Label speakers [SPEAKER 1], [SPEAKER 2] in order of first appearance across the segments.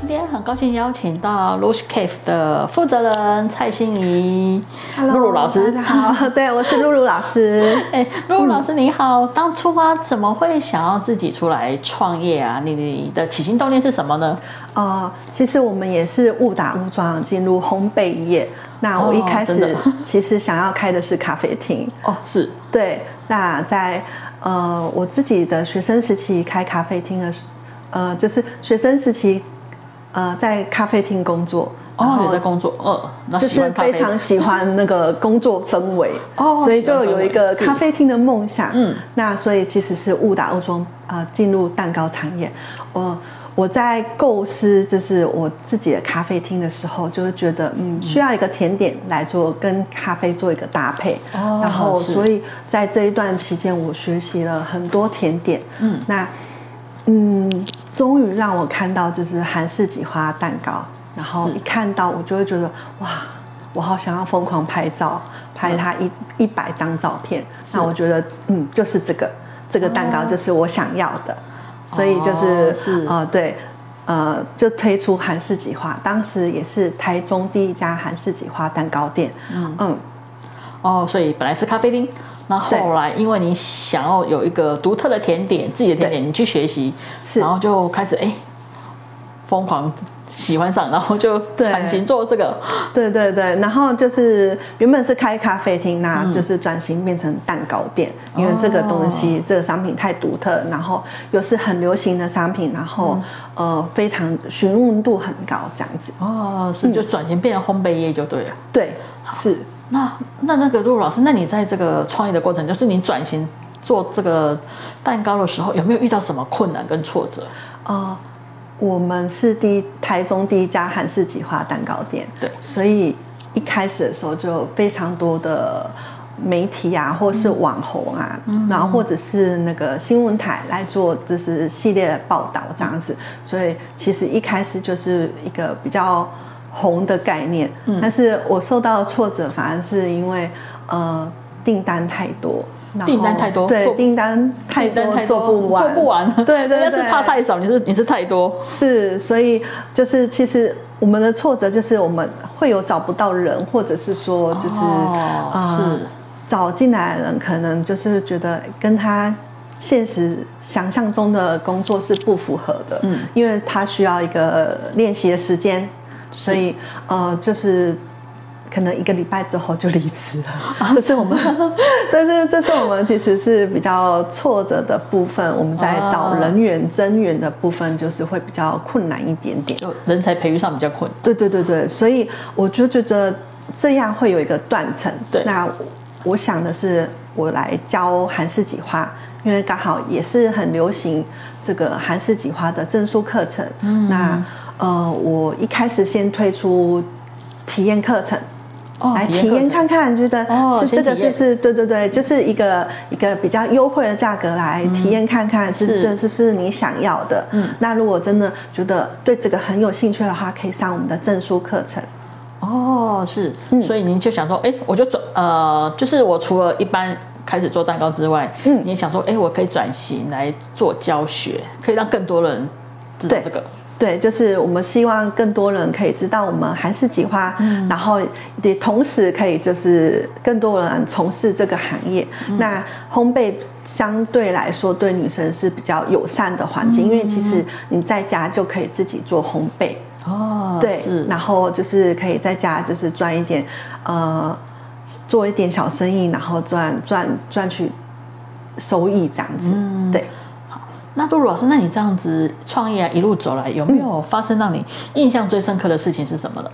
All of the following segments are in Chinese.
[SPEAKER 1] 今天很高兴邀请到 Lush Cave 的负责人蔡欣怡
[SPEAKER 2] Hello，
[SPEAKER 1] 露露老师。
[SPEAKER 2] 大家好， 对，我是露露老师。
[SPEAKER 1] 哎，露露老师你好，当初啊怎么会想要自己出来创业啊？你你的起心动念是什么呢？
[SPEAKER 2] 哦，其实我们也是误打误撞进入烘焙业。那我一
[SPEAKER 1] 哦
[SPEAKER 2] 开
[SPEAKER 1] 真的
[SPEAKER 2] 始 其实想要开的是咖啡厅，
[SPEAKER 1] 哦，是
[SPEAKER 2] 对。那在呃我自己的学生时期开咖啡厅的时，呃就是学生时期，呃在咖啡厅工作。然
[SPEAKER 1] 哦，
[SPEAKER 2] 后
[SPEAKER 1] 你在工作，呃，那
[SPEAKER 2] 就
[SPEAKER 1] 喜
[SPEAKER 2] 是
[SPEAKER 1] 欢咖
[SPEAKER 2] 非
[SPEAKER 1] 啡，
[SPEAKER 2] 常喜欢那个工作氛围
[SPEAKER 1] 哦
[SPEAKER 2] 所以
[SPEAKER 1] 喜欢
[SPEAKER 2] 就有一个
[SPEAKER 1] 氛围
[SPEAKER 2] 咖啡厅的梦想。
[SPEAKER 1] 嗯
[SPEAKER 2] 那所以其实是误打误撞啊、呃进入蛋糕产业。我我在构思就是我自己的咖啡厅的时候，就是觉得嗯需要一个甜点来做跟咖啡做一个搭配。
[SPEAKER 1] 哦
[SPEAKER 2] 然后
[SPEAKER 1] 是
[SPEAKER 2] 所以在这一段期间，我学习了很多甜点。
[SPEAKER 1] 嗯
[SPEAKER 2] 那嗯，终于让我看到就是韩式几花蛋糕，然后
[SPEAKER 1] 是
[SPEAKER 2] 一看到我就会觉得哇，我好想要疯狂拍照，拍它一一百张照片。
[SPEAKER 1] 嗯是
[SPEAKER 2] 那我觉得嗯，就是这个这个蛋糕
[SPEAKER 1] 哦
[SPEAKER 2] 就是我想要的，所以就是
[SPEAKER 1] 哦是
[SPEAKER 2] 呃对。呃，就推出韩式几花，当时也是台中第一家韩式几花蛋糕店。
[SPEAKER 1] 嗯
[SPEAKER 2] 嗯，
[SPEAKER 1] 哦，所以本来是咖啡厅，那后来因为你想要有一个独特的甜点，自己的甜点，你去学习，
[SPEAKER 2] 是
[SPEAKER 1] 然后就开始哎疯狂喜欢上，然后就
[SPEAKER 2] 对
[SPEAKER 1] 转型做这个，
[SPEAKER 2] 对对对，然后就是原本是开咖啡厅那、
[SPEAKER 1] 嗯
[SPEAKER 2] 就是转型变成蛋糕店，因为这个东西、这个商品太独特，然后又是很流行的商品，然后、呃非常询问度很高这样子。
[SPEAKER 1] 哦，是就转型变成烘焙业就对了。
[SPEAKER 2] 对，是。
[SPEAKER 1] 那那那个陆老师，那你在这个创业的过程，就是你转型做这个蛋糕的时候，有没有遇到什么困难跟挫折？
[SPEAKER 2] 呃，我们是第一台中第一家韩式几花蛋糕店，
[SPEAKER 1] 对
[SPEAKER 2] 所以一开始的时候就有非常多的媒体啊，或是网红啊，
[SPEAKER 1] 嗯
[SPEAKER 2] 然后或者是那个新闻台来做就是系列的报道这样子，所以其实一开始就是一个比较。红的概念，
[SPEAKER 1] 嗯
[SPEAKER 2] 但是我受到的挫折，反而是因为呃订单太多，然后
[SPEAKER 1] 订单太多做
[SPEAKER 2] 对订单太
[SPEAKER 1] 订单
[SPEAKER 2] 多
[SPEAKER 1] 太
[SPEAKER 2] 做不完，
[SPEAKER 1] 做不完。
[SPEAKER 2] 对对对，
[SPEAKER 1] 人家是怕太少，你是你是太多。
[SPEAKER 2] 是，所以就是其实我们的挫折就是我们会有找不到人，或者是说就是、
[SPEAKER 1] 哦是
[SPEAKER 2] 找进来的人可能就是觉得跟他现实想象中的工作是不符合的，
[SPEAKER 1] 嗯
[SPEAKER 2] 因为他需要一个练习的时间，所以呃就是。可能一个礼拜之后就离职 了，这是我们，但是这是我们其实是比较挫折的部分。我们在找
[SPEAKER 1] 哦
[SPEAKER 2] 人员增援的部分，就是会比较困难一点点。
[SPEAKER 1] 就人才培育上比较困难。
[SPEAKER 2] 对对对对，所以我就觉得这样会有一个断层。
[SPEAKER 1] 对
[SPEAKER 2] 那我想的是，我来教韩式几花，因为刚好也是很流行这个韩式几花的证书课程。
[SPEAKER 1] 嗯
[SPEAKER 2] 那呃，我一开始先推出体验课程。
[SPEAKER 1] 哦
[SPEAKER 2] 来
[SPEAKER 1] 体验
[SPEAKER 2] 体验
[SPEAKER 1] 课程
[SPEAKER 2] 看看，觉得
[SPEAKER 1] 哦
[SPEAKER 2] 是这
[SPEAKER 1] 先
[SPEAKER 2] 个
[SPEAKER 1] 体
[SPEAKER 2] 是
[SPEAKER 1] 验
[SPEAKER 2] 不是对对对，就是一个一个比较优惠的价格来体验看看，是
[SPEAKER 1] 嗯是
[SPEAKER 2] 这是不是你想要的？
[SPEAKER 1] 嗯
[SPEAKER 2] 那如果真的觉得对这个很有兴趣的话，可以上我们的证书课程。
[SPEAKER 1] 哦，是，
[SPEAKER 2] 嗯
[SPEAKER 1] 所以您就想说，哎，我就转，呃，就是我除了一般开始做蛋糕之外，
[SPEAKER 2] 嗯
[SPEAKER 1] 你也想说，哎，我可以转型来做教学，可以让更多人知道
[SPEAKER 2] 对
[SPEAKER 1] 这个。
[SPEAKER 2] 对，就是我们希望更多人可以知道我们韩式几花，
[SPEAKER 1] 嗯
[SPEAKER 2] 然后也同时可以就是更多人从事这个行业。
[SPEAKER 1] 嗯
[SPEAKER 2] 那烘焙相对来说对女生是比较友善的环
[SPEAKER 1] 嗯
[SPEAKER 2] 境，因为其实你在家就可以自己做烘焙。
[SPEAKER 1] 哦，
[SPEAKER 2] 对
[SPEAKER 1] 是，，
[SPEAKER 2] 然后就是可以在家就是赚一点，呃，做一点小生意，然后赚赚赚取收益这样子。
[SPEAKER 1] 嗯
[SPEAKER 2] 对，
[SPEAKER 1] 那杜鲁老师，那你这样子创业、啊、一路走来，有没
[SPEAKER 2] 嗯
[SPEAKER 1] 有发生让你印象最深刻的事情是什么呢？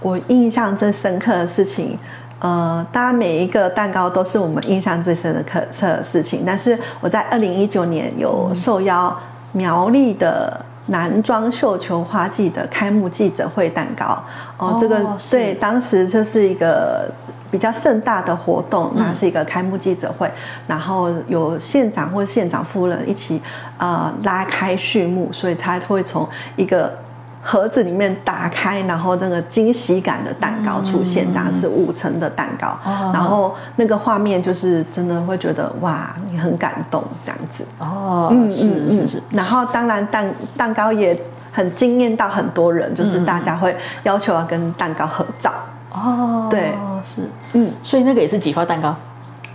[SPEAKER 2] 我印象最深刻的事情，呃，当然每一个蛋糕都是我们印象最深的刻刻的事情，但是我在二零一九年有受邀苗栗的。男装绣球花季的开幕记者会蛋糕，哦，
[SPEAKER 1] 哦
[SPEAKER 2] 这个
[SPEAKER 1] 是
[SPEAKER 2] 对，当时就是一个比较盛大的活动，
[SPEAKER 1] 嗯
[SPEAKER 2] 那是一个开幕记者会，然后有县长或县长夫人一起呃拉开序幕，所以他会从一个。盒子里面打开，然后那个惊喜感的蛋糕出现，这样
[SPEAKER 1] 嗯
[SPEAKER 2] 是五层的蛋糕，
[SPEAKER 1] 哦
[SPEAKER 2] 然后那个画面就是真的会觉得哇，你很感动这样子。
[SPEAKER 1] 哦，
[SPEAKER 2] 嗯
[SPEAKER 1] 是
[SPEAKER 2] 嗯
[SPEAKER 1] 是
[SPEAKER 2] 嗯
[SPEAKER 1] 是，
[SPEAKER 2] 然后当然蛋蛋糕也很惊艳到很多人，就是
[SPEAKER 1] 嗯嗯
[SPEAKER 2] 大家会要求要跟蛋糕合照。
[SPEAKER 1] 哦，
[SPEAKER 2] 对
[SPEAKER 1] 是，
[SPEAKER 2] 嗯，
[SPEAKER 1] 所以那个也是几发蛋糕，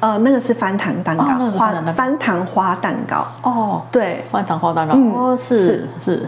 [SPEAKER 2] 呃，那个是翻糖蛋糕，
[SPEAKER 1] 哦那个是翻糖蛋糕
[SPEAKER 2] 翻糖花蛋糕。
[SPEAKER 1] 哦，
[SPEAKER 2] 对，
[SPEAKER 1] 换糖花蛋糕，
[SPEAKER 2] 嗯
[SPEAKER 1] 哦，是是，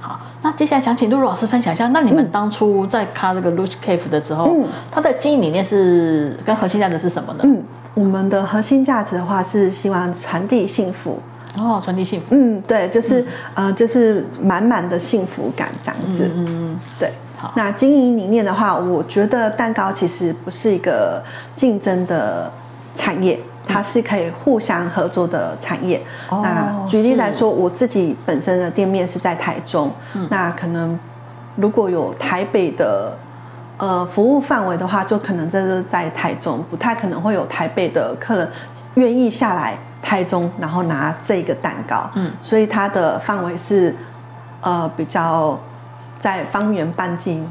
[SPEAKER 1] 好，那接下来想请露露老师分享一下，那你们当初在开这个 Lush Cave 的时候，
[SPEAKER 2] 嗯
[SPEAKER 1] 它的经营理念是跟核心价值是什么呢？，
[SPEAKER 2] 嗯，我们的核心价值的话是希望传递幸福。
[SPEAKER 1] 哦，传递幸福，
[SPEAKER 2] 嗯，对，就是、呃，就是满满的幸福感这样子。
[SPEAKER 1] 嗯嗯嗯嗯
[SPEAKER 2] 对
[SPEAKER 1] 好，
[SPEAKER 2] 那经营理念的话，我觉得蛋糕其实不是一个竞争的产业，它是可以互相合作的产业。
[SPEAKER 1] 哦
[SPEAKER 2] 那举例来
[SPEAKER 1] 是
[SPEAKER 2] 说，我自己本身的店面是在台中，
[SPEAKER 1] 嗯
[SPEAKER 2] 那可能如果有台北的。呃，服务范围的话，就可能这是在台中，不太可能会有台北的客人愿意下来台中，然后拿这个蛋糕。
[SPEAKER 1] 嗯
[SPEAKER 2] 所以它的范围是呃比较在方圆半径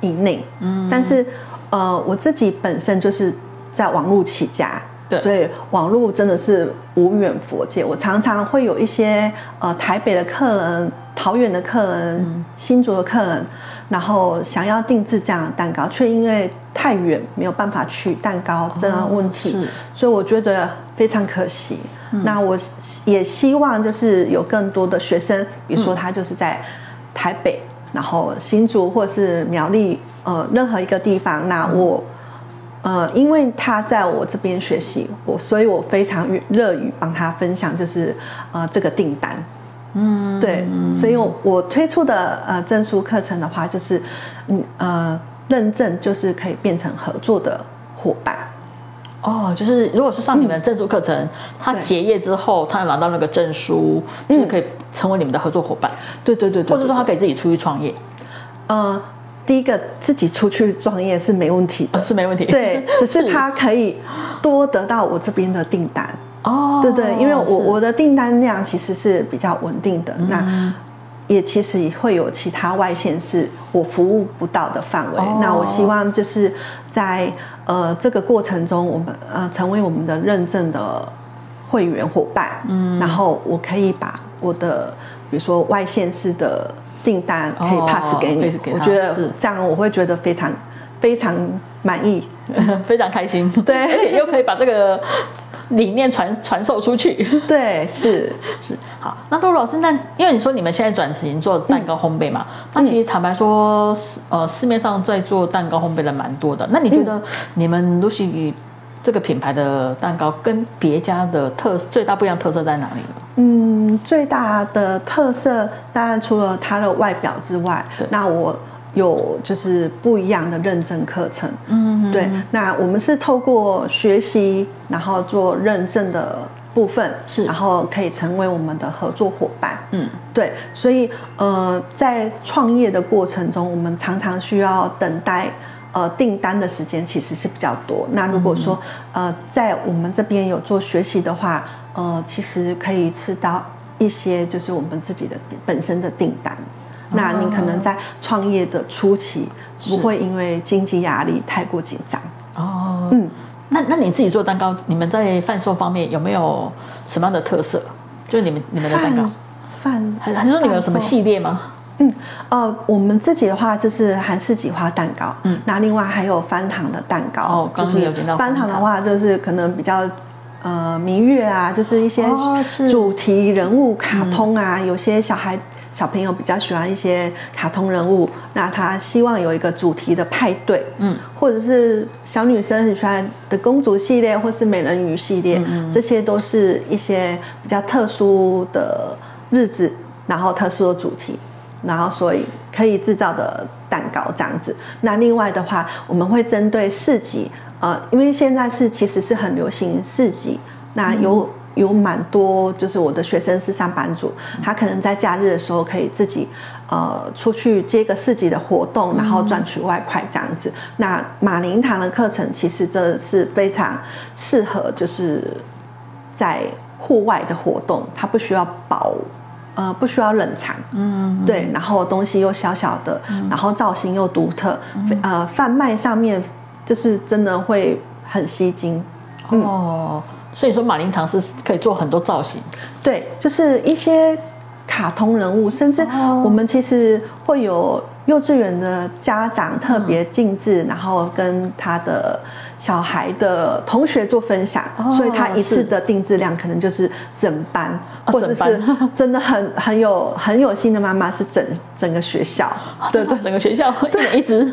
[SPEAKER 2] 以内。
[SPEAKER 1] 嗯
[SPEAKER 2] 但是呃我自己本身就是在网络起家。
[SPEAKER 1] 对
[SPEAKER 2] 所以网络真的是无远佛界。我常常会有一些呃台北的客人、桃园的客人、
[SPEAKER 1] 嗯
[SPEAKER 2] 新竹的客人，然后想要定制这样的蛋糕，却因为太远没有办法去蛋糕这样的问题，
[SPEAKER 1] 哦是
[SPEAKER 2] 所以我觉得非常可惜。
[SPEAKER 1] 嗯
[SPEAKER 2] 那我也希望就是有更多的学生，比如
[SPEAKER 1] 嗯
[SPEAKER 2] 说他就是在台北，然后新竹或是苗栗，呃，任何一个地方，那
[SPEAKER 1] 嗯
[SPEAKER 2] 我。呃，因为他在我这边学习，我所以我非常乐于帮他分享，就是呃这个订单，
[SPEAKER 1] 嗯
[SPEAKER 2] 对，所以我我推出的呃证书课程的话，就是嗯呃认证就是可以变成合作的伙伴，
[SPEAKER 1] 哦，就是如果是上你们的证书课程，他
[SPEAKER 2] 嗯对
[SPEAKER 1] 结业之后，他拿到那个证书，就是可以成为你们的合作伙伴，
[SPEAKER 2] 对对对对
[SPEAKER 1] 或者说他可以自己出去创业，
[SPEAKER 2] 呃，第一个自己出去创业是没问题的，
[SPEAKER 1] 呃是没问题，
[SPEAKER 2] 对 只是
[SPEAKER 1] 是
[SPEAKER 2] 他可以多得到我这边的订单。
[SPEAKER 1] 哦
[SPEAKER 2] 对对，因为我
[SPEAKER 1] 是
[SPEAKER 2] 我的订单量其实是比较稳定的，
[SPEAKER 1] 嗯
[SPEAKER 2] 那也其实也会有其他外线是我服务不到的范围。
[SPEAKER 1] 哦
[SPEAKER 2] 那我希望就是在呃这个过程中，我们呃成为我们的认证的会员伙伴，
[SPEAKER 1] 嗯
[SPEAKER 2] 然后我可以把我的比如说外线式的订单可以
[SPEAKER 1] 哦
[SPEAKER 2] pass 给你，
[SPEAKER 1] pass 给
[SPEAKER 2] 我
[SPEAKER 1] 他
[SPEAKER 2] 觉得
[SPEAKER 1] 是
[SPEAKER 2] 这样我会觉得非常非常满意。
[SPEAKER 1] 非常开心，
[SPEAKER 2] 对
[SPEAKER 1] 而且又可以把这个理念传传授出去。
[SPEAKER 2] 对，是。
[SPEAKER 1] 是好，那陆老师，那因为你说你们现在转型做蛋糕烘焙嘛，那
[SPEAKER 2] 嗯
[SPEAKER 1] 其实坦白说，市呃，市面上在做蛋糕烘焙的蛮多的。那你觉
[SPEAKER 2] 嗯
[SPEAKER 1] 得你们 Lucy 这个品牌的蛋糕跟别家的特最大不一样的特色在哪里呢？
[SPEAKER 2] 嗯，最大的特色当然除了它的外表之外
[SPEAKER 1] 对，
[SPEAKER 2] 那我有就是不一样的认证课程。
[SPEAKER 1] 嗯
[SPEAKER 2] 对，那我们是透过学习，然后做认证的部分，
[SPEAKER 1] 是
[SPEAKER 2] 然后可以成为我们的合作伙伴。
[SPEAKER 1] 嗯，
[SPEAKER 2] 对，所以呃，在创业的过程中，我们常常需要等待呃订单的时间其实是比较多。那如果说、
[SPEAKER 1] 嗯
[SPEAKER 2] 呃在我们这边有做学习的话，呃，其实可以吃到一些就是我们自己的本身的订单。那你可能在创业的初期
[SPEAKER 1] 哦是
[SPEAKER 2] 不会因为经济压力太过紧张。
[SPEAKER 1] 哦，
[SPEAKER 2] 嗯，
[SPEAKER 1] 那那你自己做蛋糕，你们在贩售方面有没有什么样的特色？就是你们你们的蛋糕，
[SPEAKER 2] 饭
[SPEAKER 1] 还还是说你们有什么
[SPEAKER 2] 饭
[SPEAKER 1] 系列吗？
[SPEAKER 2] 嗯，呃，我们自己的话就是韩式挤花蛋糕，
[SPEAKER 1] 嗯
[SPEAKER 2] 那另外还有翻糖的蛋糕，
[SPEAKER 1] 哦刚刚
[SPEAKER 2] 就是
[SPEAKER 1] 有提到翻
[SPEAKER 2] 翻
[SPEAKER 1] 糖
[SPEAKER 2] 糖的话就是可能比较。呃，明月啊，就是一些
[SPEAKER 1] 哦是嗯
[SPEAKER 2] 主题人物、卡通啊，有些小孩小朋友比较喜欢一些卡通人物，那他希望有一个主题的派对，
[SPEAKER 1] 嗯
[SPEAKER 2] 或者是小女生很喜欢的公主系列，或是美人鱼系列，
[SPEAKER 1] 嗯嗯
[SPEAKER 2] 这些都是一些比较特殊的日子，然后特殊的主题，然后所以可以制造的蛋糕这样子。那另外的话，我们会针对市集，呃，因为现在是其实是很流行市集，那有有蛮多，就是我的学生是上班族，他可能在假日的时候可以自己呃出去接个市集的活动，然后赚取外快这样子。那马林堂的课程其实这是非常适合，就是在户外的活动，它不需要保。呃，不需要冷藏，
[SPEAKER 1] 嗯
[SPEAKER 2] 对，然后东西又小小的，
[SPEAKER 1] 嗯
[SPEAKER 2] 然后造型又独特，
[SPEAKER 1] 嗯
[SPEAKER 2] 呃，贩卖上面就是真的会很吸睛。嗯
[SPEAKER 1] 哦，所以说马林糖是可以做很多造型，
[SPEAKER 2] 对，就是一些卡通人物，甚至
[SPEAKER 1] 哦
[SPEAKER 2] 我们其实会有幼稚园的家长特别定制，然后跟他的小孩的同学做分享，
[SPEAKER 1] 哦
[SPEAKER 2] 所以他一
[SPEAKER 1] 是
[SPEAKER 2] 次的定制量可能就是整班，
[SPEAKER 1] 哦
[SPEAKER 2] 或者是
[SPEAKER 1] 整班
[SPEAKER 2] 真的很很有很有心的妈妈是整整个学校，对对。
[SPEAKER 1] 哦整个学校一人一只，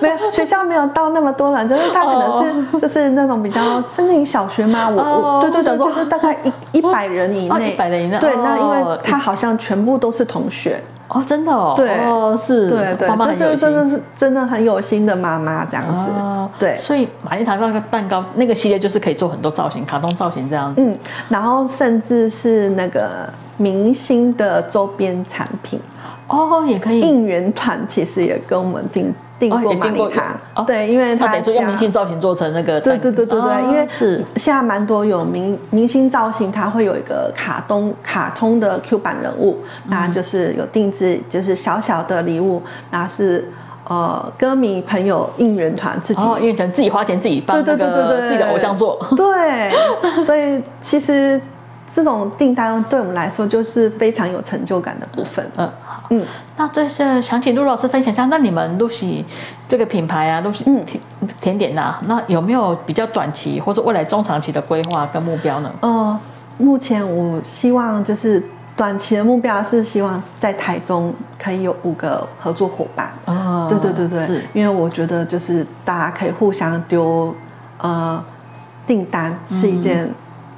[SPEAKER 2] 没有学校没有到那么多人，就是他可能是、就是那种比较是那种小学吗？我、
[SPEAKER 1] 哦
[SPEAKER 2] 我对对
[SPEAKER 1] 想
[SPEAKER 2] 对，
[SPEAKER 1] 说
[SPEAKER 2] 就是大概 一一百人以
[SPEAKER 1] 哦
[SPEAKER 2] 内，
[SPEAKER 1] 100人以内
[SPEAKER 2] 对，
[SPEAKER 1] 哦
[SPEAKER 2] 那因为他好像全部都是同学，
[SPEAKER 1] 哦，真的哦，
[SPEAKER 2] 对，
[SPEAKER 1] 哦是，
[SPEAKER 2] 对对，
[SPEAKER 1] 妈妈
[SPEAKER 2] 这
[SPEAKER 1] 很有
[SPEAKER 2] 是
[SPEAKER 1] 心
[SPEAKER 2] 真。的是真的很有心的妈妈这样子，
[SPEAKER 1] 哦
[SPEAKER 2] 对，
[SPEAKER 1] 所以马林糖那个蛋糕那个系列就是可以做很多造型，卡通造型这样子。
[SPEAKER 2] 嗯，然后甚至是那个明星的周边产品，
[SPEAKER 1] 哦，也可以。
[SPEAKER 2] 应援团其实也跟我们订订
[SPEAKER 1] 哦
[SPEAKER 2] 过
[SPEAKER 1] 也
[SPEAKER 2] 马
[SPEAKER 1] 订
[SPEAKER 2] 丽
[SPEAKER 1] 过
[SPEAKER 2] 塔，
[SPEAKER 1] 哦
[SPEAKER 2] 对，因为
[SPEAKER 1] 他
[SPEAKER 2] 他
[SPEAKER 1] 等于说用明星造型做成那个
[SPEAKER 2] 对
[SPEAKER 1] 蛋
[SPEAKER 2] 对对对对，
[SPEAKER 1] 哦
[SPEAKER 2] 因为
[SPEAKER 1] 是
[SPEAKER 2] 现在蛮多有明明星造型，它会有一个卡通卡通的 Q 版人物，
[SPEAKER 1] 嗯
[SPEAKER 2] 那就是有定制，就是小小的礼物，那是呃歌迷朋友应援团自己。
[SPEAKER 1] 哦，因为可能自己花钱自己帮
[SPEAKER 2] 对
[SPEAKER 1] 那
[SPEAKER 2] 对对对
[SPEAKER 1] 个
[SPEAKER 2] 对，
[SPEAKER 1] 自己的偶像做。
[SPEAKER 2] 对，所以其实这种订单对我们来说就是非常有成就感的部分。
[SPEAKER 1] 嗯，好。
[SPEAKER 2] 嗯，
[SPEAKER 1] 那这些想请陆老师分享一下，那你们露西这个品牌啊，露西
[SPEAKER 2] 嗯
[SPEAKER 1] 甜甜点呐、那有没有比较短期或者未来中长期的规划跟目标呢？
[SPEAKER 2] 呃，目前我希望就是短期的目标是希望在台中可以有五个合作伙伴。
[SPEAKER 1] 哦
[SPEAKER 2] 对对对对，
[SPEAKER 1] 是
[SPEAKER 2] 因为我觉得就是大家可以互相丢呃订单是一件。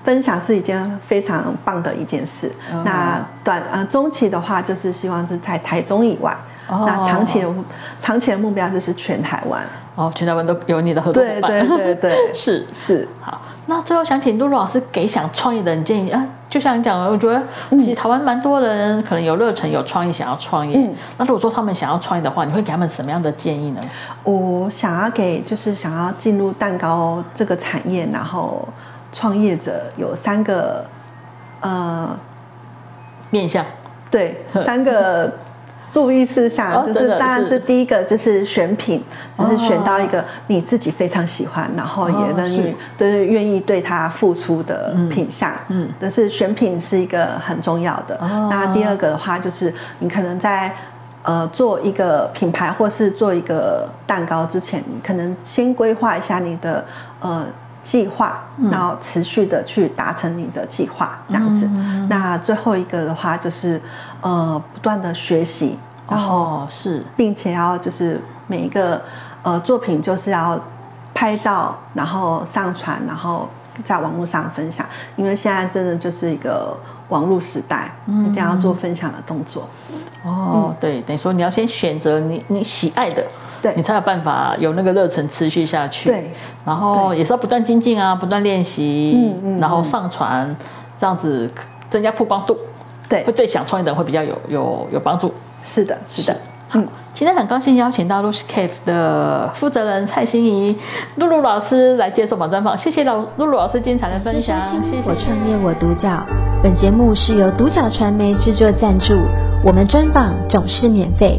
[SPEAKER 2] 分享是一件非常棒的一件事。
[SPEAKER 1] 哦
[SPEAKER 2] 那短呃中期的话，就是希望是在台中以外。
[SPEAKER 1] 哦
[SPEAKER 2] 那长期的长期的目标就是全台湾。
[SPEAKER 1] 哦，全台湾都有你的合作伙
[SPEAKER 2] 对
[SPEAKER 1] 伴。
[SPEAKER 2] 对对对，
[SPEAKER 1] 是
[SPEAKER 2] 是。
[SPEAKER 1] 好，那最后想请露露老师给想创业的人建议啊，就像你讲的，我觉得
[SPEAKER 2] 嗯
[SPEAKER 1] 其实台湾蛮多人可能有热忱、有创意，想要创业。
[SPEAKER 2] 嗯
[SPEAKER 1] 那如果说他们想要创业的话，你会给他们什么样的建议呢？
[SPEAKER 2] 我想要给就是想要进入蛋糕这个产业，然后创业者有三个，呃，
[SPEAKER 1] 面向，
[SPEAKER 2] 对 三个注意事
[SPEAKER 1] 哦
[SPEAKER 2] 项，就
[SPEAKER 1] 真
[SPEAKER 2] 是
[SPEAKER 1] 的
[SPEAKER 2] 当然
[SPEAKER 1] 是
[SPEAKER 2] 是第一个就是选品，就是选到一
[SPEAKER 1] 哦
[SPEAKER 2] 个你自己非常喜欢，然后
[SPEAKER 1] 哦
[SPEAKER 2] 也愿
[SPEAKER 1] 是
[SPEAKER 2] 意对愿意对它付出的
[SPEAKER 1] 嗯
[SPEAKER 2] 品项，
[SPEAKER 1] 嗯
[SPEAKER 2] 但是选品是一个很重要的。
[SPEAKER 1] 哦
[SPEAKER 2] 那第二个的话就是你可能在。呃，做一个品牌或是做一个蛋糕之前，你可能先规划一下你的呃计划，
[SPEAKER 1] 嗯
[SPEAKER 2] 然后持续的去达成你的计划，这样子。
[SPEAKER 1] 嗯
[SPEAKER 2] 那最后一个的话就是呃不断的学习，然后
[SPEAKER 1] 哦是
[SPEAKER 2] 并且要就是每一个呃作品就是要拍照，然后上传，然后在网络上分享，因为现在真的就是一个网络时代，
[SPEAKER 1] 嗯
[SPEAKER 2] 一定要做分享的动作。
[SPEAKER 1] 哦，对，等于说你要先选择你你喜爱的，
[SPEAKER 2] 嗯对
[SPEAKER 1] 你才有办法有那个热忱持续下去。
[SPEAKER 2] 对，
[SPEAKER 1] 然后
[SPEAKER 2] 对
[SPEAKER 1] 也是要不断精进啊，不断练习，
[SPEAKER 2] 嗯嗯
[SPEAKER 1] 然后
[SPEAKER 2] 嗯
[SPEAKER 1] 上传，这样子增加曝光度，
[SPEAKER 2] 对
[SPEAKER 1] 会对想创业的人会比较有有有帮助。
[SPEAKER 2] 是的，是的，
[SPEAKER 1] 嗯，今天很高兴邀请到 Lucy Cave 的负责人蔡欣怡露露老师来接受我们专访，谢谢老露露老师精彩的分享，谢谢。
[SPEAKER 3] 我创业我独角。本节目是由独角传媒制作赞助，我们专访总是免费。